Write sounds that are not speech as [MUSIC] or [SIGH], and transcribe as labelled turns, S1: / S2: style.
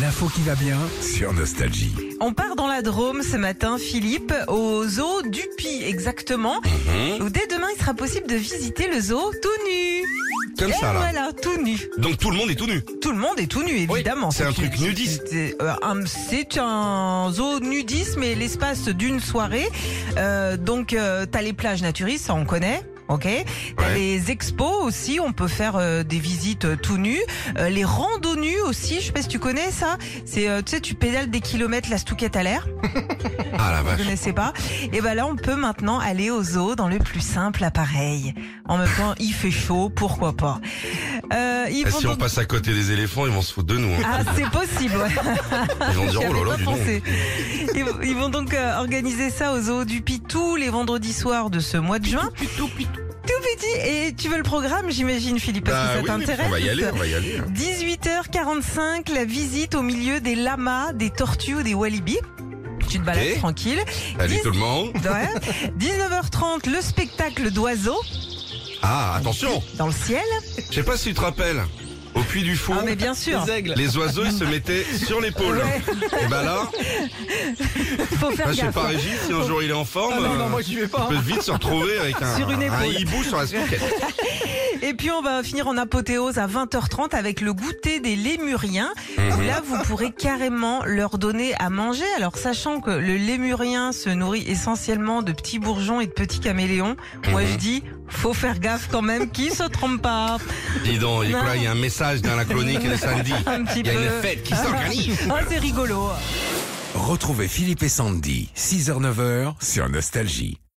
S1: L'info qui va bien.
S2: sur Nostalgie.
S3: On part dans la Drôme ce matin, Philippe, au zoo d'Upi exactement,
S2: Mhm.
S3: où dès demain il sera possible de visiter le zoo tout nu.
S2: Comme
S3: Et
S2: ça là.
S3: voilà, tout nu.
S2: Donc tout le monde est tout nu.
S3: Tout le monde est tout nu, évidemment.
S2: c'est un
S3: Parce que
S2: truc nudiste.
S3: C'est euh, un, c'est un zoo nudiste, mais l'espace d'une soirée. Euh, donc, euh, t'as les plages naturistes, ça on connaît. Ok, T'as
S2: Ouais.
S3: les expos aussi, on peut faire euh, des visites euh, tout nu, Euh, les randonnées aussi, je sais pas si tu connais ça. C'est euh, tu sais tu pédales des kilomètres la stouquette à l'air,
S2: Ah la
S3: je
S2: vache.
S3: ne sais pas. Et ben là on peut maintenant aller au zoo dans le plus simple appareil. En même temps il fait chaud, pourquoi pas. Euh, ils
S2: Eh,
S3: vont
S2: si on
S3: donc-
S2: passe à côté des éléphants, ils vont se foutre de nous. hein.
S3: Ah c'est possible. ouais.
S2: Ils vont dire
S3: J'y
S2: oh là
S3: avais
S2: là,
S3: pas
S2: dis donc.
S3: pensé. Ils, vont- ils vont donc euh, organiser ça au zoo du Pitou les vendredis soirs de ce mois de juin. Tout petit. Et tu veux le programme, j'imagine, Philippe, parce
S2: Bah
S3: que ça
S2: oui, oui,
S3: t'intéresse.
S2: on va y aller, on va y aller. hein.
S3: 18h45, la visite au milieu des lamas, des tortues ou des walibi. Tu te balades
S2: Ok.
S3: tranquille.
S2: Allez
S3: Dix-
S2: tout le monde.
S3: Ouais. 19h30, le spectacle d'oiseaux
S2: Ah attention,
S3: dans le ciel.
S2: je sais pas si tu te rappelles. Au puits du fou,
S3: Ah, mais bien sûr,
S2: les oiseaux ils se mettaient sur l'épaule.
S3: Ouais.
S2: Et bah
S3: [LAUGHS]
S2: là,
S3: faut
S2: bah,
S3: faire
S2: je sais
S3: gaffe.
S2: pas Régis, si un jour il est en forme,
S3: Ah,
S2: euh, il peut vite se retrouver avec un,
S3: Sur une
S2: un
S3: épaule.
S2: hibou sur la socket.
S3: Et puis on va finir en apothéose à 20h30 avec le goûter des lémuriens. où
S2: Mhm.
S3: Là, vous pourrez carrément leur donner à manger. Alors, sachant que le lémurien se nourrit essentiellement de petits bourgeons et de petits caméléons, moi
S2: Mhm.
S3: je dis, faut faire gaffe quand même, qui se trompe pas
S2: Dis donc, il
S3: Non.
S2: quoi, il y a un message dans la chronique de samedi.
S3: un petit
S2: Il y
S3: peu.
S2: a une fête qui s'organise.
S3: [LAUGHS] Ah, c'est rigolo.
S1: Retrouvez Philippe et Sandy, 6h-9h sur Nostalgie.